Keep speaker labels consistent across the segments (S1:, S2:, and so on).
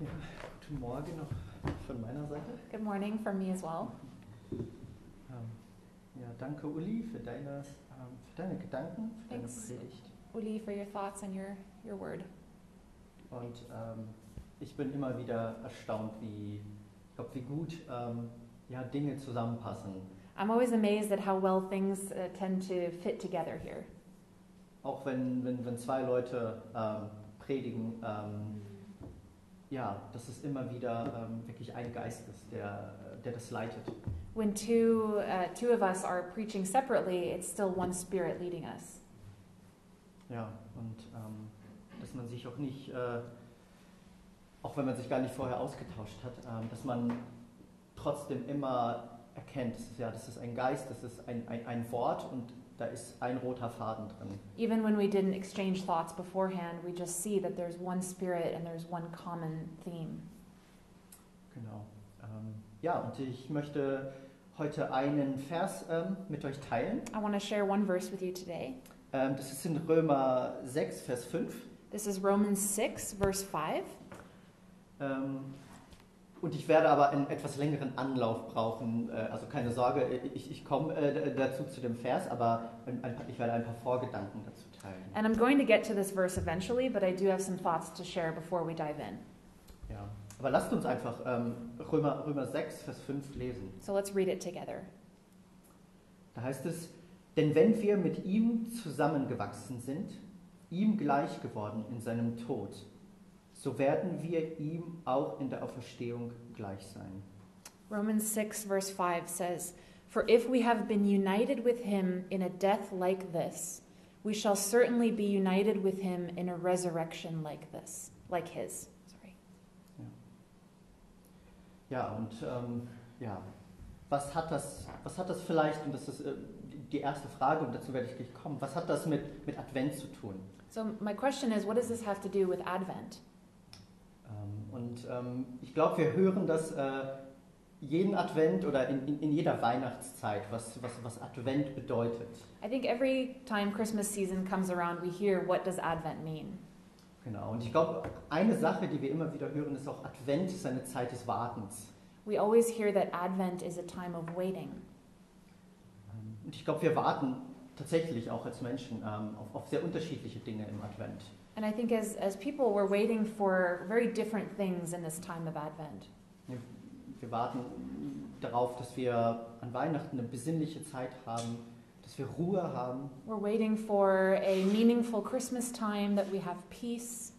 S1: Ja, guten Morgen noch von meiner Seite.
S2: Good morning from me as well.
S1: Ähm, ja, danke Uli für deine, ähm, für deine Gedanken, für
S2: Thanks.
S1: deine Predigt.
S2: Uli, for your thoughts and your, your word.
S1: Und ähm, ich bin immer wieder erstaunt, wie, ich glaub, wie gut ähm, ja, Dinge zusammenpassen.
S2: I'm always amazed at how well things uh, tend to fit together here.
S1: Auch wenn, wenn, wenn zwei Leute ähm, predigen, ähm, ja, dass es immer wieder ähm, wirklich ein Geist ist, der, der das leitet.
S2: When two, uh, two of us are preaching separately, it's still one spirit leading us.
S1: Ja, und ähm, dass man sich auch nicht, äh, auch wenn man sich gar nicht vorher ausgetauscht hat, ähm, dass man trotzdem immer erkennt, es ist, ja, das ist ein Geist, das ist ein, ein, ein Wort und da ist ein roter Faden drin.
S2: Even when we didn't exchange thoughts beforehand, we just see that there's one spirit and there's one common theme.
S1: Genau. Ähm, ja, und ich möchte heute einen Vers ähm, mit euch teilen.
S2: I want to share one verse with you today.
S1: Ähm, das ist in Römer 6, Vers 5.
S2: This is Romans 6, verse 5.
S1: Ähm, und ich werde aber einen etwas längeren Anlauf brauchen. Äh, also keine Sorge, ich, ich komme äh, dazu zu dem Vers, aber ein, ein, paar- ich werde ein paar Vorgedanken dazu teilen.
S2: And I'm going to get to this verse eventually, but I do have some thoughts to share before we dive in.
S1: Ja. Aber lasst uns einfach ähm, Römer, Römer 6, Vers 5 lesen.
S2: So let's read it together.
S1: Da heißt es, denn wenn wir mit ihm zusammengewachsen sind, ihm gleich geworden in seinem Tod, so werden wir ihm auch in der Auferstehung gleich sein.
S2: Romans 6, verse 5 says, For if we have been united with him in a death like this, we shall certainly be united with him in a resurrection like this, like his. Sorry.
S1: Ja, und ähm, ja, was hat, das, was hat das vielleicht, und das ist äh, die erste Frage, und dazu werde ich gleich kommen, was hat das mit, mit Advent zu tun?
S2: So, my question is, what does this have to do with Advent?
S1: Ähm, und ähm, ich glaube, wir hören das äh, jeden Advent oder in, in, in jeder Weihnachtszeit, was, was, was Advent bedeutet.
S2: I think every time Christmas season comes around, we hear, What does Advent mean?
S1: Genau, und ich glaube, eine Sache, die wir immer wieder hören, ist auch, Advent ist eine Zeit des Wartens.
S2: We always hear that Advent is a time of waiting.
S1: Ähm, Und ich glaube, wir warten tatsächlich auch als Menschen ähm, auf, auf sehr unterschiedliche Dinge im Advent.
S2: And I think as, as people, we're waiting for very different things in this time of Advent.
S1: Wir warten darauf, dass wir an Weihnachten eine besinnliche Zeit haben, dass wir Ruhe haben.
S2: We're waiting for a meaningful Christmas time that we have peace.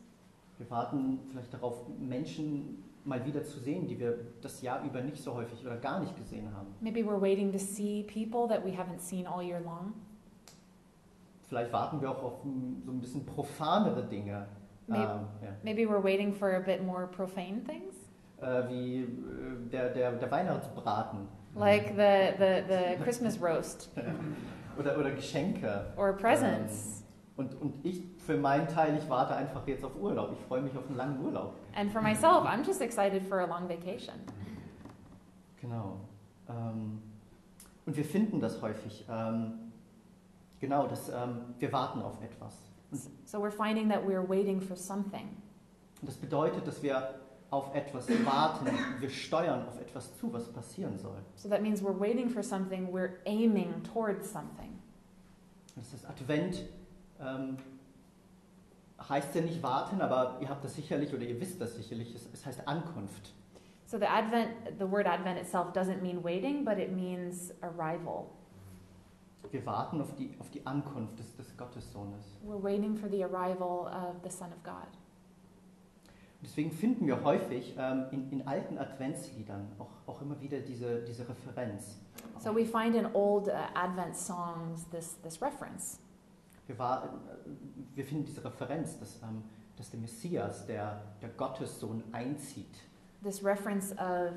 S1: Wir warten vielleicht darauf, Menschen mal wieder zu sehen, die wir das Jahr über nicht so häufig oder gar nicht gesehen haben.
S2: Maybe we're waiting to see people that we haven't seen all year long.
S1: Vielleicht warten wir auch auf mm, so ein bisschen profanere Dinge, ähm,
S2: Maybe,
S1: ja.
S2: maybe we're waiting for a bit more profane things,
S1: äh, wie äh, der, der, der Weihnachtsbraten
S2: like the, the, the Christmas roast
S1: oder, oder Geschenke.
S2: or presents.
S1: Und, und ich für meinen Teil, ich warte einfach jetzt auf Urlaub. Ich freue mich auf einen langen Urlaub.
S2: And for myself, I'm just excited for a long vacation.
S1: Genau. Ähm, und wir finden das häufig. Ähm, genau, dass ähm, wir warten auf etwas.
S2: S- So we're finding that we're waiting for something.
S1: Und das bedeutet, dass wir auf etwas warten. Wir steuern auf etwas zu, was passieren soll.
S2: So that means we're waiting for something, we're aiming towards something.
S1: Das ist Advent. Ähm, heißt ja nicht warten, aber ihr habt das sicherlich oder ihr wisst das sicherlich. Es, es heißt Ankunft.
S2: So the Advent, the word Advent itself doesn't mean waiting, but it means arrival.
S1: Wir warten auf die, auf die Ankunft des, des Gottessohnes.
S2: We're waiting for the arrival of the Son of God.
S1: Deswegen finden wir häufig ähm, in, in alten Adventsliedern auch, auch immer wieder diese, diese Referenz.
S2: So we find in old uh, Advent songs this, this reference.
S1: Wir, war, äh, wir finden diese Referenz, dass, ähm, dass der Messias, der, der Gottessohn, einzieht.
S2: This reference of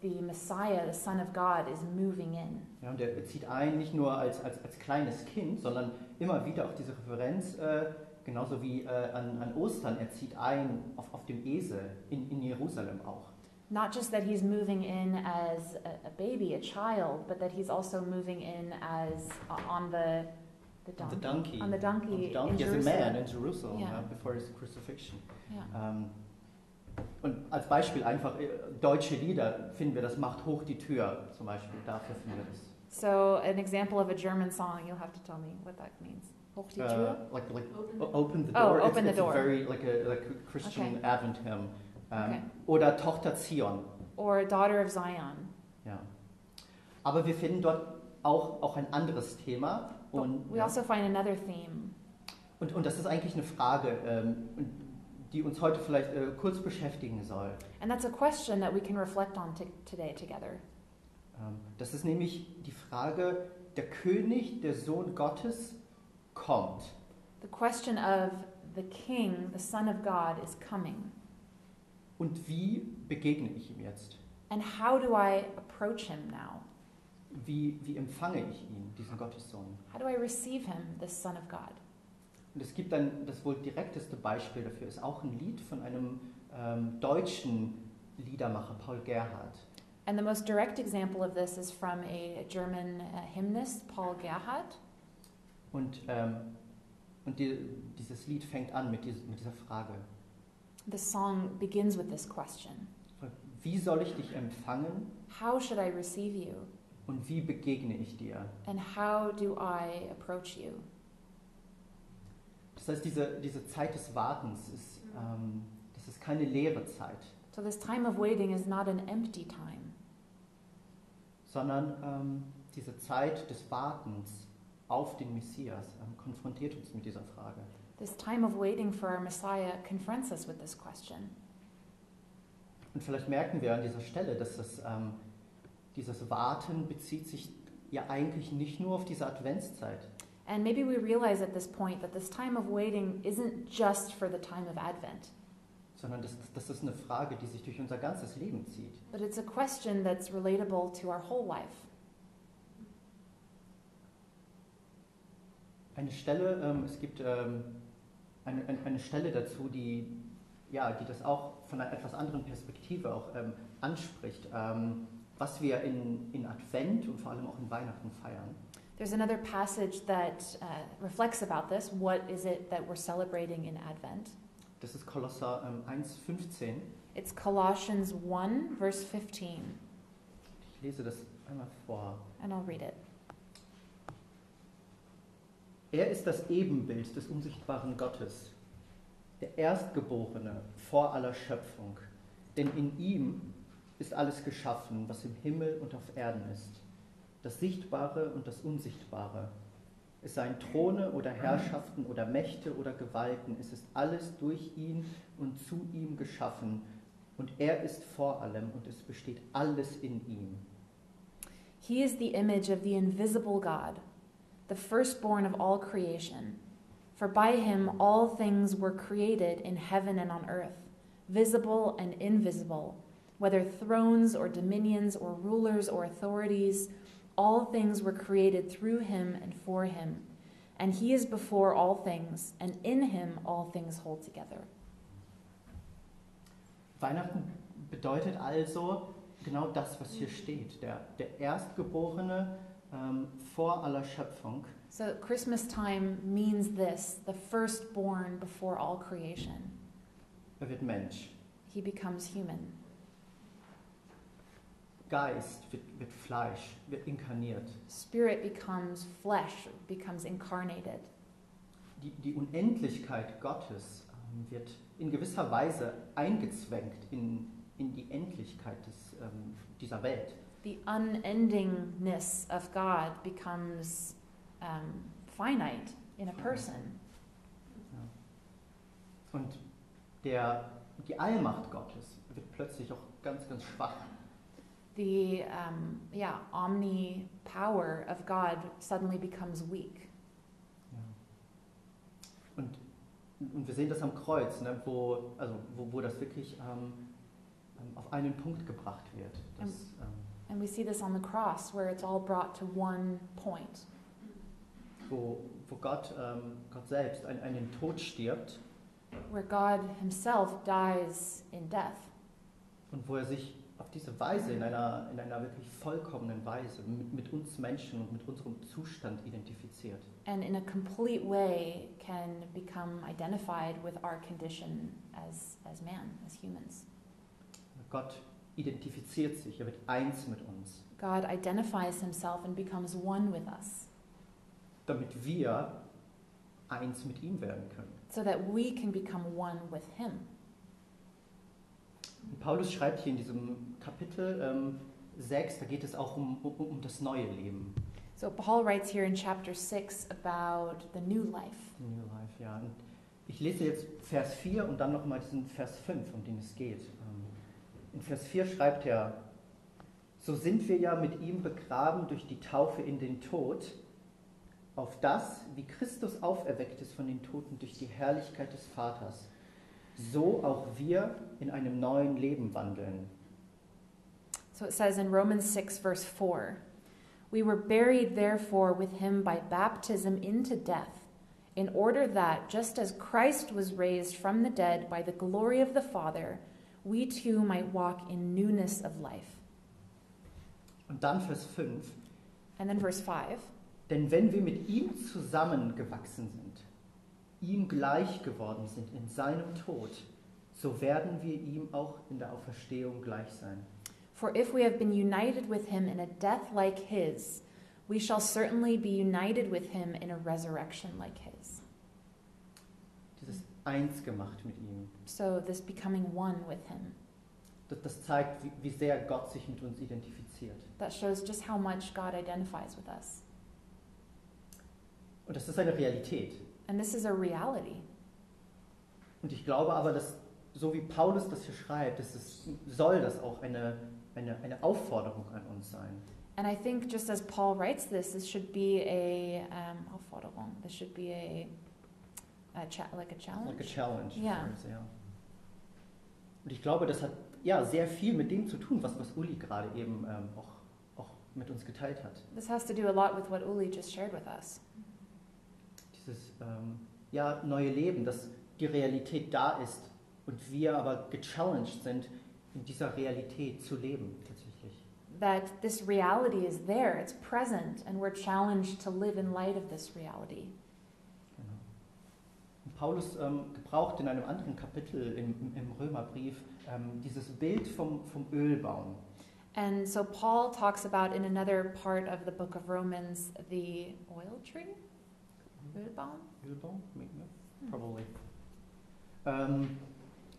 S2: the Messiah, the Son of God, is moving in.
S1: Ja, und er zieht ein, nicht nur als, als, als kleines Kind, sondern immer wieder auch diese Referenz, äh, genauso wie äh, an, an Ostern, er zieht ein auf, auf dem Esel in, in Jerusalem auch.
S2: Not just that he's moving in as a, a baby, a child, but that he's also moving in as uh, on the, the
S1: On the
S2: donkey.
S1: donkey.
S2: On the donkey
S1: On the donkey as a
S2: in Jerusalem.
S1: uh, man in Jerusalem,
S2: Yeah.
S1: ja, before his crucifixion.
S2: Yeah.
S1: Ähm, Und als Beispiel einfach äh, deutsche Lieder finden wir das Macht hoch die Tür zum Beispiel. Dafür finden wir das.
S2: So, an example of a German song, you'll have to tell me what that means. Hoch die Tür?
S1: Äh, like, like
S3: Open
S1: o- open the
S2: Oh,
S1: door. it's,
S2: open the
S1: it's
S2: door.
S1: A very like a, like a Christian
S2: Okay.
S1: Advent hymn. Ähm,
S2: Okay.
S1: Oder Tochter Zion.
S2: Or Daughter of Zion.
S1: Ja. Aber wir finden dort auch, auch ein anderes Thema.
S2: But
S1: Und,
S2: we
S1: ja.
S2: also find another theme.
S1: und, und das ist eigentlich eine Frage, ähm, und die uns heute vielleicht äh, kurz beschäftigen soll.
S2: And that's a question that we can reflect on t- today together.
S1: Ähm, das ist nämlich die Frage, der König, der Sohn Gottes, kommt.
S2: The question of the King, the Son of God, is coming.
S1: Und wie begegne ich ihm jetzt?
S2: And how do I approach him now?
S1: Wie, wie empfange ich ihn, diesen Gottessohn?
S2: How do I receive him, this Son of God?
S1: Und es gibt dann das wohl direkteste Beispiel dafür, ist auch ein Lied von einem ähm, deutschen Liedermacher, Paul Gerhardt.
S2: And the most direct example of this is from a German uh, hymnist, Paul Gerhardt.
S1: Und, ähm, und die, dieses Lied fängt an mit, dies, mit dieser Frage.
S2: The song begins with this question
S1: Wie soll ich dich empfangen
S2: How should I receive you?
S1: und wie begegne ich dir?
S2: And how do I approach you?
S1: Das heißt, diese, diese Zeit des Wartens ist, ähm, das ist keine leere Zeit,
S2: So, this time of waiting is not an empty time,
S1: sondern ähm, diese Zeit des Wartens auf den Messias ähm, konfrontiert uns mit dieser Frage.
S2: this time of waiting for our Messiah confronts us with this question.
S1: Und vielleicht merken wir an dieser Stelle, dass das, ähm, dieses Warten bezieht sich ja eigentlich nicht nur auf diese Adventszeit,
S2: And maybe we realize at this point that this time of waiting isn't just for the time of Advent,
S1: sondern das, das ist eine Frage, die sich durch unser ganzes Leben zieht.
S2: but it's a question that's relatable to our whole life.
S1: Eine Stelle, ähm, es gibt ähm, eine, eine, eine Stelle dazu, die, ja, die das auch von einer etwas anderen Perspektive auch ähm, anspricht, ähm, was wir in, in Advent und vor allem auch in Weihnachten feiern.
S2: There's another passage that uh, reflects about this. What is it that we're celebrating in Advent?
S1: Das ist Kolosser ähm, 1,15.
S2: It's Colossians 1, verse 15,
S1: Ich lese das einmal vor.
S2: and I'll read it.
S1: Er ist das Ebenbild des unsichtbaren Gottes, der Erstgeborene vor aller Schöpfung. Denn in ihm ist alles geschaffen, was im Himmel und auf Erden ist, das Sichtbare und das Unsichtbare. Es seien Throne oder Herrschaften oder Mächte oder Gewalten, es ist alles durch ihn und zu ihm geschaffen. Und er ist vor allem und es besteht alles in ihm.
S2: He is the image of the invisible God, the firstborn of all creation. For by him all things were created in heaven and on earth, visible and invisible, whether thrones or dominions or rulers or authorities, all things were created through him and for him. And he is before all things, and in him all things hold together.
S1: Weihnachten bedeutet also genau das, was hier steht. Der, der Erstgeborene ähm, vor aller Schöpfung.
S2: So Christmas time means this the firstborn before all creation.
S1: Er wird Mensch.
S2: He becomes human.
S1: Geist wird, wird Fleisch, wird inkarniert.
S2: Spirit becomes flesh, becomes incarnated.
S1: Die, die Unendlichkeit Gottes ähm, wird in gewisser Weise eingezwängt in, in die Endlichkeit des, ähm, dieser Welt.
S2: The unendingness of God becomes um, finite in a person.
S1: Und der, die Allmacht Gottes wird plötzlich auch ganz, ganz schwach.
S2: The um, yeah omni power of God suddenly becomes weak,
S1: Ja. Und, und wir sehen das am Kreuz, ne, wo, also wo, wo das wirklich ähm, ähm, auf einen Punkt gebracht wird. Das, ähm,
S2: and we see this on the cross where it's all brought to one point,
S1: wo, wo Gott, ähm, Gott selbst einen, einen Tod stirbt
S2: where God Himself dies in death,
S1: und wo er sich auf diese Weise, in einer, in einer wirklich vollkommenen Weise, mit, mit uns Menschen und mit unserem Zustand identifiziert.
S2: and in a complete way can become identified with our condition as as man, as humans.
S1: Gott identifiziert sich, er wird eins mit uns,
S2: God identifies himself and becomes one with us
S1: damit wir eins mit ihm werden können.
S2: so that we can become one with him.
S1: Und Paulus schreibt hier in diesem Kapitel ähm, 6, da geht es auch um, um, um das neue Leben.
S2: So Paul writes here in chapter 6 about the new life.
S1: the New Life, ja. Und ich lese jetzt Vers 4 und dann nochmal diesen Vers 5, um den es geht. Ähm, In Vers 4 schreibt er, so sind wir ja mit ihm begraben durch die Taufe in den Tod, auf das, wie Christus auferweckt ist von den Toten durch die Herrlichkeit des Vaters, so auch wir in einem neuen Leben wandeln.
S2: So it says in Romans 6, verse 4 We were buried, therefore, with him by baptism into death, in order that, just as Christ was raised from the dead by the glory of the Father, we too might walk in newness of life.
S1: Und dann Vers 5,
S2: And then verse 5
S1: Denn wenn wir mit ihm zusammengewachsen sind, ihm gleich geworden sind in seinem Tod, so werden wir ihm auch in der Auferstehung gleich sein.
S2: For if we have been united with him in a death like his, we shall certainly be united with him in a resurrection like his.
S1: Dieses Eins gemacht mit ihm.
S2: So, this becoming one with him.
S1: Das, das zeigt, wie, wie sehr Gott sich mit uns identifiziert.
S2: That shows just how much God identifies with us.
S1: Und das ist eine Realität.
S2: And this is a reality.
S1: Und ich glaube aber, dass so wie Paulus das hier schreibt, das ist, soll das auch eine, eine, eine Aufforderung an uns sein.
S2: And I think just as Paul writes this, this should be a um, how far along? This should be a, a cha- like a challenge.
S1: Like a challenge.
S2: Ja.
S1: Ja. Und ich glaube, das hat ja sehr viel mit dem zu tun, was, was Uli gerade eben ähm, auch, auch mit uns geteilt hat.
S2: this has to do a lot with what Uli just shared with us.
S1: Dieses ähm, ja, neue Leben, dass die Realität da ist und wir aber gechallenged sind, in dieser Realität zu leben tatsächlich.
S2: That this reality is there, it's present, and we're challenged to live in light of this reality.
S1: Genau. Und Paulus ähm, gebraucht in einem anderen Kapitel im, im- im Römerbrief ähm, dieses Bild vom, vom Ölbaum.
S2: And so Paul talks about in another part of the book of Romans the oil tree, Ölbaum.
S1: Ölbaum? Probably. Ähm,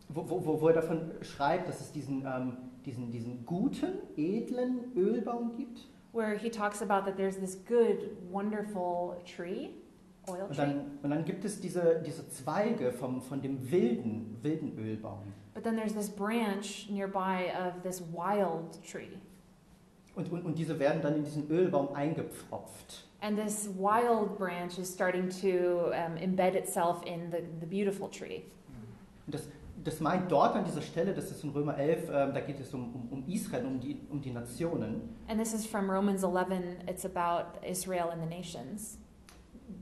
S1: wo, wo, wo- wo er davon schreibt, dass es diesen, ähm, diesen, diesen guten, edlen Ölbaum gibt.
S2: where he talks about that there's this good, wonderful tree, oil
S1: Und
S2: tree,
S1: dann, und dann gibt es diese, diese Zweige vom, von dem wilden, wilden Ölbaum.
S2: but then there's this branch nearby of this wild tree.
S1: Und, und, und diese werden dann in diesen Ölbaum eingepfropft.
S2: And this wild branch is starting to um, embed itself in the, the beautiful tree.
S1: Und das, das meint dort an dieser Stelle, das ist in Römer 11, ähm, da geht es um, um, um Israel, um die, um die Nationen.
S2: And this is from Romans 11. It's about Israel and the nations.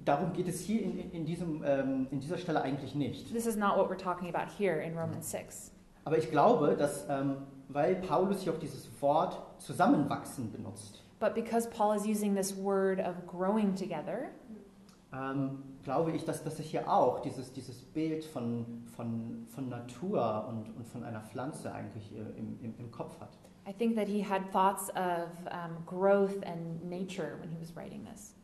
S1: Darum geht es hier in, in, in, diesem, ähm, in dieser Stelle eigentlich nicht.
S2: This is not what we're talking about here in Romans 6.
S1: Aber ich glaube, dass, ähm, weil Paulus hier auch dieses Wort zusammenwachsen benutzt,
S2: But because Paul is using this word of growing together,
S1: ähm, glaube ich, dass, dass er hier auch dieses, dieses Bild von, von, von Natur und, und von einer Pflanze eigentlich äh, im, im, im Kopf hat.
S2: I think that he had thoughts of um, growth and nature when he was writing this.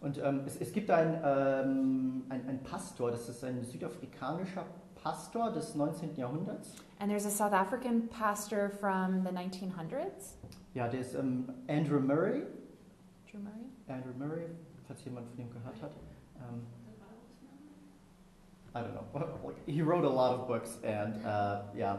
S1: Und ähm, es, es gibt einen ähm, ein, ein Pastor, das ist ein südafrikanischer Pastor des 19. Jahrhunderts.
S2: And there's a South African pastor from the 1900s,
S1: Ja, der ist ähm, Andrew Murray.
S2: Drew Murray.
S1: Andrew Murray, falls jemand von ihm gehört hat. Ähm, I don't know. He wrote a lot of books and äh, ja.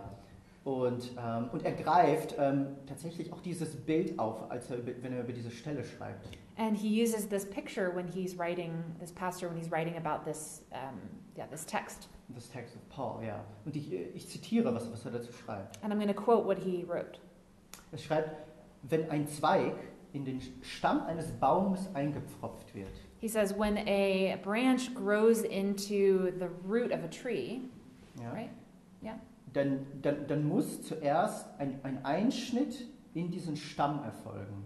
S1: Und, ähm, und er greift ähm, tatsächlich auch dieses Bild auf, als er, über- wenn er über diese Stelle schreibt.
S2: And he uses this picture when he's writing, this pastor, when he's writing about this, um, yeah, this text.
S1: Das Text of Paul, ja. Und ich, äh, ich zitiere, was, was er dazu schreibt.
S2: And I'm going to quote what he wrote.
S1: Er schreibt, wenn ein Zweig in den Stamm eines Baumes eingepfropft wird,
S2: He says, when a branch grows into the root of a tree,
S1: ja,
S2: Right. Ja.
S1: dann, dann, dann muss zuerst ein, ein Einschnitt in diesen Stamm erfolgen.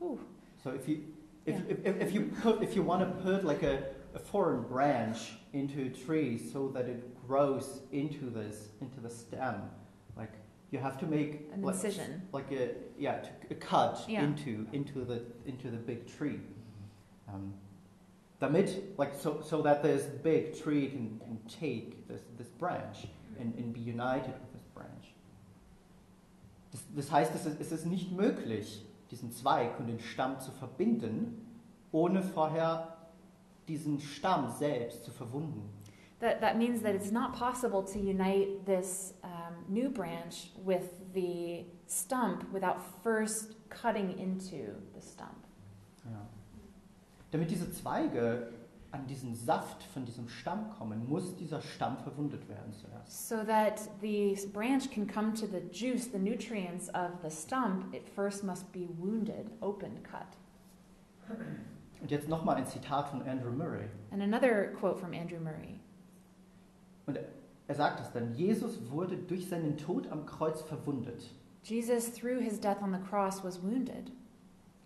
S2: Ooh.
S1: So if you if,
S2: Yeah.
S1: if, if, if you put if you want to put like a, a foreign branch into a tree so that it grows into this into the stem, like you have to make
S2: an
S1: like,
S2: incision.
S1: like a yeah to, a cut
S2: Yeah.
S1: into into the into the big tree. Um, damit like so so that this big tree can, can take this this branch and, and be united with this branch. Das, das heißt, es ist, es ist nicht möglich, diesen Zweig und den Stamm zu verbinden, ohne vorher diesen Stamm selbst zu verwunden.
S2: That, that means that it's not possible to unite this um, new branch with the stump without first cutting into the stump.
S1: Ja. Damit diese Zweige an diesen Saft von diesem Stamm kommen, muss dieser Stamm verwundet werden zuerst.
S2: So that the s- branch can come to the juice, the nutrients of the stump, it first must be wounded, open, cut.
S1: Und jetzt nochmal ein Zitat von Andrew Murray.
S2: And another quote from Andrew Murray
S1: Er sagt es dann, Jesus wurde durch seinen Tod am Kreuz verwundet.
S2: Jesus, through his death on the cross, was wounded,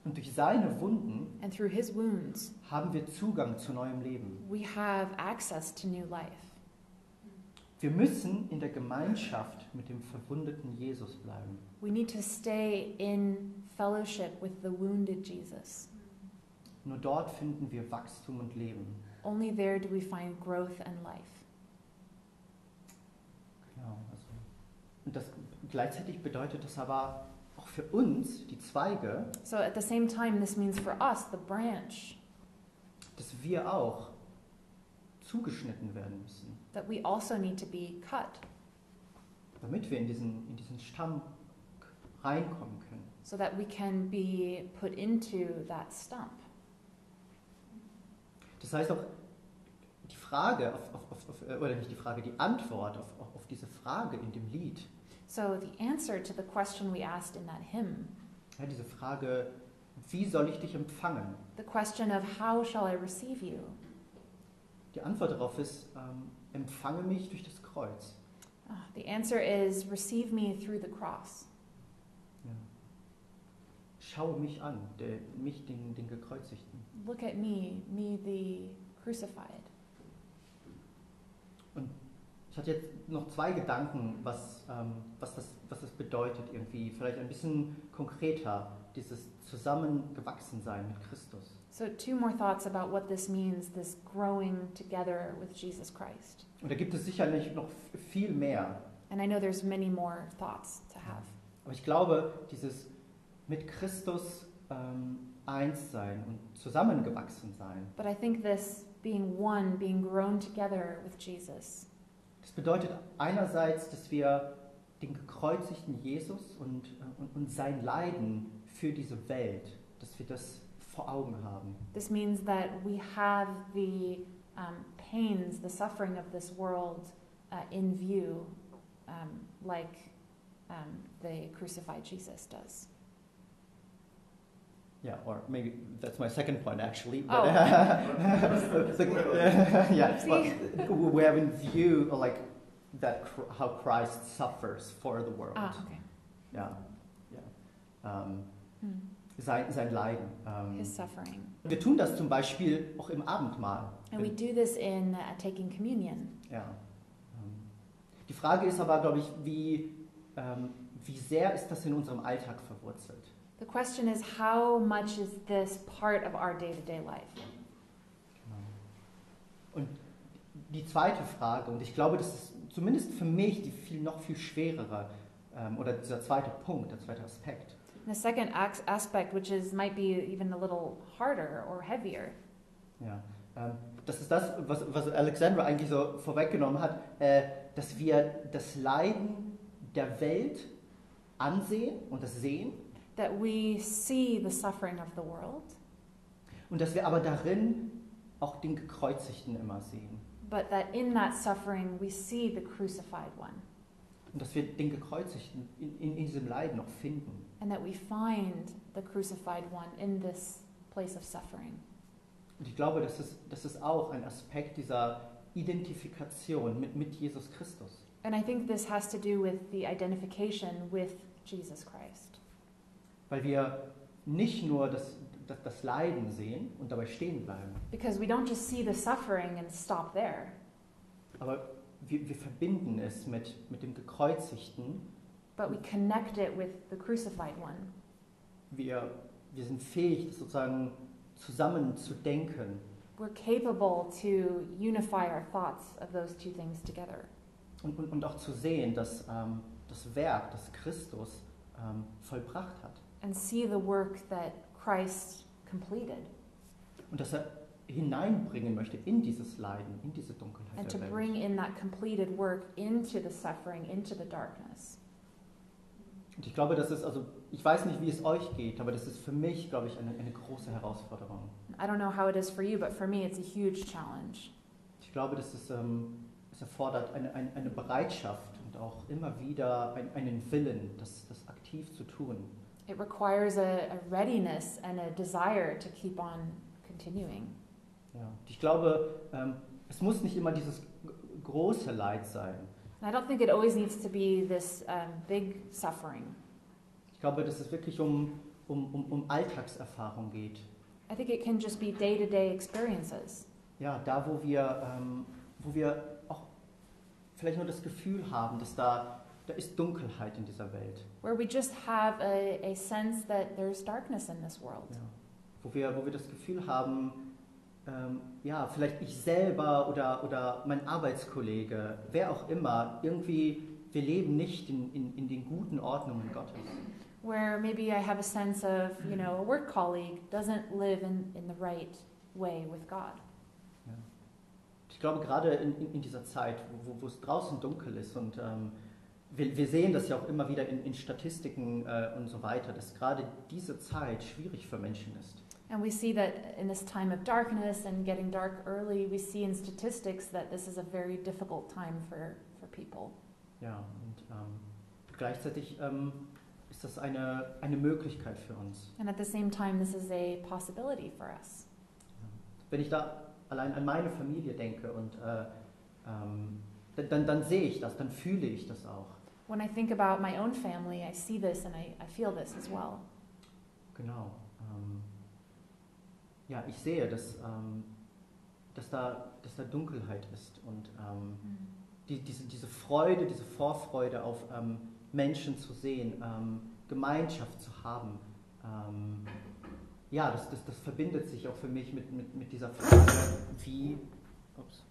S1: Und durch seine Wunden
S2: and through his wounds,
S1: haben wir Zugang zu neuem Leben.
S2: we have access to new life.
S1: Wir müssen in der Gemeinschaft mit dem verwundeten Jesus bleiben.
S2: We need to stay in fellowship with the wounded Jesus.
S1: Nur dort finden wir Wachstum und Leben.
S2: Only there do we find growth and life.
S1: Genau, also. Und das gleichzeitig bedeutet das aber auch für uns, die Zweige,
S2: So at the same time, this means for us, the branch,
S1: dass wir auch zugeschnitten werden müssen,
S2: that we also need to be cut
S1: damit wir in diesen, in diesen Stamm k- reinkommen können.
S2: so that we can be put into that stump.
S1: Das heißt auch, die Frage, auf, auf, auf, auf, äh, oder nicht die Frage, die Antwort auf, auf, auf diese Frage in dem Lied,
S2: So the answer to the question we asked in that hymn,
S1: ja, diese Frage, wie soll ich dich empfangen?
S2: the question of how shall I receive you?
S1: Die Antwort darauf ist, ähm, empfange mich durch das Kreuz.
S2: Ah, the answer is receive me through the cross.
S1: Ja. Schaue mich an, der, mich, den, den Gekreuzigten.
S2: Look at me, me the crucified.
S1: Ich hatte jetzt noch zwei Gedanken, was, ähm, was, das, was das bedeutet irgendwie. Vielleicht ein bisschen konkreter, dieses Zusammengewachsensein mit Christus.
S2: So two more thoughts about what this means, this growing together with Jesus Christ.
S1: Und da gibt es sicherlich noch f- viel mehr.
S2: And I know there's many more thoughts to have.
S1: Aber ich glaube, dieses mit Christus ähm, eins sein und zusammengewachsen sein,
S2: But I think this being one, being grown together with Jesus,
S1: das bedeutet einerseits, dass wir den gekreuzigten Jesus und, äh, und, und sein Leiden für diese Welt, dass wir das vor Augen haben.
S2: this means that we have the um, pains, the suffering of this world uh, in view, um, like um, the crucified Jesus does.
S1: Yeah, or maybe that's my second point actually.
S2: Oh.
S1: the, yeah,
S2: See?
S1: well, we have in view like that cr- how Christ suffers for the world.
S2: Ah, okay.
S1: Yeah, yeah. Um,
S2: Hmm.
S1: sein, sein Leiden. Um,
S2: His suffering.
S1: wir tun das zum Beispiel auch im Abendmahl.
S2: And we do this in uh, taking communion.
S1: Ja. Ähm, Die Frage ist aber, glaube ich, wie, ähm, wie sehr ist das in unserem Alltag verwurzelt?
S2: The question is how much is this part of our day to day life?
S1: Und die zweite Frage, und ich glaube, das ist zumindest für mich die viel, noch viel schwerere, ähm, oder dieser zweite Punkt, der zweite Aspekt,
S2: And the second ax- aspect, which is might be even a little harder or heavier,
S1: ja, ähm, das ist das, was, was Alexandra eigentlich so vorweggenommen hat, äh, dass wir das Leiden der Welt ansehen und das sehen
S2: that we see the suffering of the world,
S1: und dass wir aber darin auch den Gekreuzigten immer sehen.
S2: but that in that suffering we see the crucified one,
S1: Und dass wir den Gekreuzigten in, in, in diesem Leiden noch finden.
S2: and that we find the crucified one in this place of suffering.
S1: Und ich glaube, das ist, das ist auch ein Aspekt dieser Identifikation mit, mit Jesus Christus.
S2: And I think this has to do with the identification with Jesus Christ.
S1: Weil wir nicht nur das, das, das Leiden sehen und dabei stehen bleiben,
S2: Because we don't just see the suffering and stop there,
S1: aber wir, wir verbinden es mit, mit dem Gekreuzigten
S2: but we connect it with the crucified one.
S1: Wir, wir sind fähig, das sozusagen zusammen zu denken.
S2: We're capable to unify our thoughts of those two things together.
S1: Und, und, und auch zu sehen, dass ähm, das Werk, das Christus ähm, vollbracht hat
S2: and see the work that Christ completed
S1: und dass er hineinbringen möchte in dieses Leiden, in diese
S2: and
S1: Dunkelheit
S2: to
S1: der Welt.
S2: bring in that completed work into the suffering, into the darkness.
S1: Und ich glaube, das ist, also ich weiß nicht, wie es euch geht, aber das ist für mich, glaube ich, eine, eine große Herausforderung.
S2: I don't know how it is for you, but for me, it's a huge challenge.
S1: Ich glaube, das ist, ähm, es erfordert eine, eine, eine Bereitschaft und auch immer wieder ein, einen Willen, das, das aktiv zu tun.
S2: It requires a, a readiness and a desire to keep on continuing.
S1: Ja. Und ich glaube, ähm, es muss nicht immer dieses g- große Leid sein.
S2: And I don't think it always needs to be this um, big suffering.
S1: Ich glaube, dass es wirklich um, um, um, um Alltagserfahrung geht.
S2: I think it can just be day to day experiences.
S1: Ja, da wo wir, ähm, wo wir auch vielleicht nur das Gefühl haben, dass da, da ist Dunkelheit in dieser Welt.
S2: Where we just have a, a sense that there's darkness in this world.
S1: Ja. Wo, wir, wo wir das Gefühl haben, ähm, ja, vielleicht ich selber oder, oder mein Arbeitskollege, wer auch immer, irgendwie, wir leben nicht in, in, in den guten Ordnungen Gottes.
S2: where maybe I have a sense of, you know, a work colleague doesn't live in, in the right way with God.
S1: Ich glaube, gerade in, in, in dieser Zeit, wo, wo es draußen dunkel ist und ähm, wir, wir sehen das ja auch immer wieder in, in Statistiken äh, und so weiter, dass gerade diese Zeit schwierig für Menschen ist.
S2: And we see that in this time of darkness and getting dark early, we see in statistics that this is a very difficult time for, for people.
S1: Ja, und ähm, gleichzeitig ähm, ist das eine, eine Möglichkeit für uns.
S2: And at the same time, this is a possibility for us.
S1: Wenn ich da allein an meine Familie denke und äh, ähm, dann, dann, dann sehe ich das, dann fühle ich das auch.
S2: When I think about my own family, I see this and I, I feel this as well.
S1: Genau. Ähm, ja, ich sehe, dass, ähm, dass, da, dass da Dunkelheit ist und ähm, die, diese, diese Freude, diese Vorfreude auf ähm, Menschen zu sehen, ähm, Gemeinschaft zu haben. Ähm, ja, das, das, das verbindet sich auch für mich mit, mit, mit dieser Frage, wie. Ups.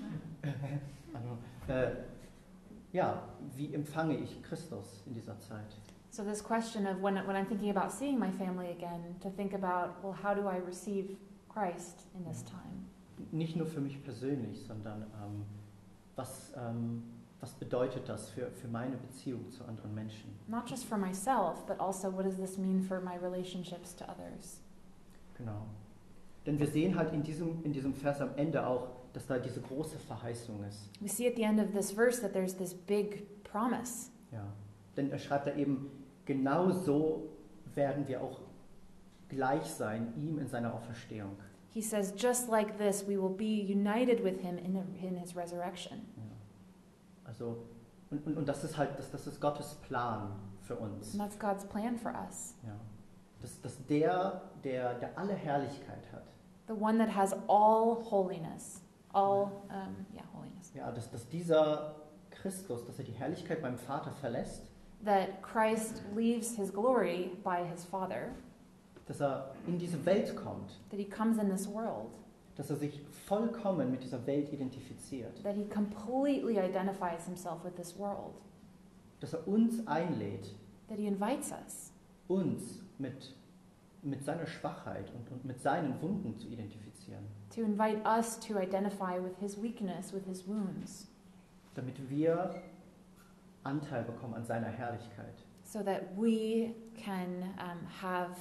S1: Also, äh, ja, wie empfange ich Christus in dieser Zeit?
S2: So, this question of when, when I'm thinking about seeing my family again, to think about, well, how do I receive Christ in this time?
S1: nicht nur für mich persönlich, sondern ähm, was, ähm, was bedeutet das für, für meine Beziehung zu anderen Menschen?
S2: not just for myself, but also what does this mean for my relationships to others?
S1: Genau. Denn wir sehen halt in diesem, in diesem Vers am Ende auch, dass da diese große Verheißung ist.
S2: We see at the end of this verse that there's this big promise.
S1: Ja. Denn er schreibt da eben, genau so werden wir auch gleich sein ihm in seiner Auferstehung.
S2: He says, just like this, we will be united with him in, in his resurrection.
S1: Ja. Also, und, und, und das ist halt, das, das ist Gottes Plan für uns.
S2: And that's God's plan for us.
S1: Ja. Dass, dass der, der, der alle Herrlichkeit hat,
S2: The one that has all holiness, all, um, yeah, holiness.
S1: Ja, dass, dass dieser Christus, dass er die Herrlichkeit beim Vater verlässt,
S2: That Christ leaves his glory by his Father,
S1: dass er in diese Welt kommt,
S2: that he comes in this world,
S1: dass er sich vollkommen mit dieser Welt identifiziert,
S2: that he completely identifies himself with this world,
S1: dass er uns einlädt,
S2: that he invites us.
S1: uns mit, mit seiner Schwachheit und, und mit seinen Wunden zu identifizieren,
S2: to invite us to identify with his weakness, with his wounds,
S1: damit wir Anteil bekommen an seiner Herrlichkeit.
S2: so that we can um, have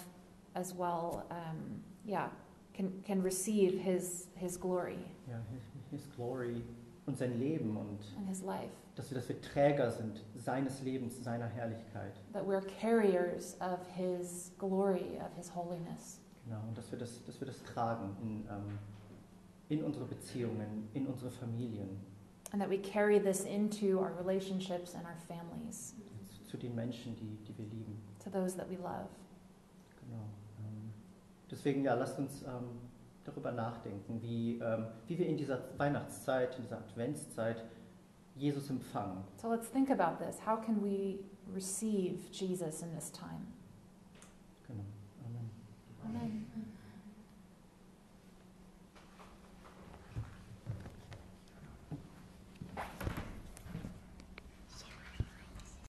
S2: as well, um, yeah, can, can receive his, his glory
S1: Ja, his, his glory und sein Leben und
S2: and his life,
S1: dass wir, dass wir Träger sind seines Lebens, seiner Herrlichkeit.
S2: that we're carriers of his glory, of his holiness,
S1: Genau, und dass wir das, dass wir das tragen in, ähm, in unsere Beziehungen, in unsere Familien,
S2: and that we carry this into our relationships and our families,
S1: zu, zu den Menschen, die, die wir lieben.
S2: to those that we love.
S1: Genau. Ähm, deswegen, ja, lasst uns ähm, darüber nachdenken, wie, ähm, wie wir in dieser Weihnachtszeit, in dieser Adventszeit Jesus empfangen.
S2: So let's think about this. How can we receive Jesus in this time.
S1: Genau,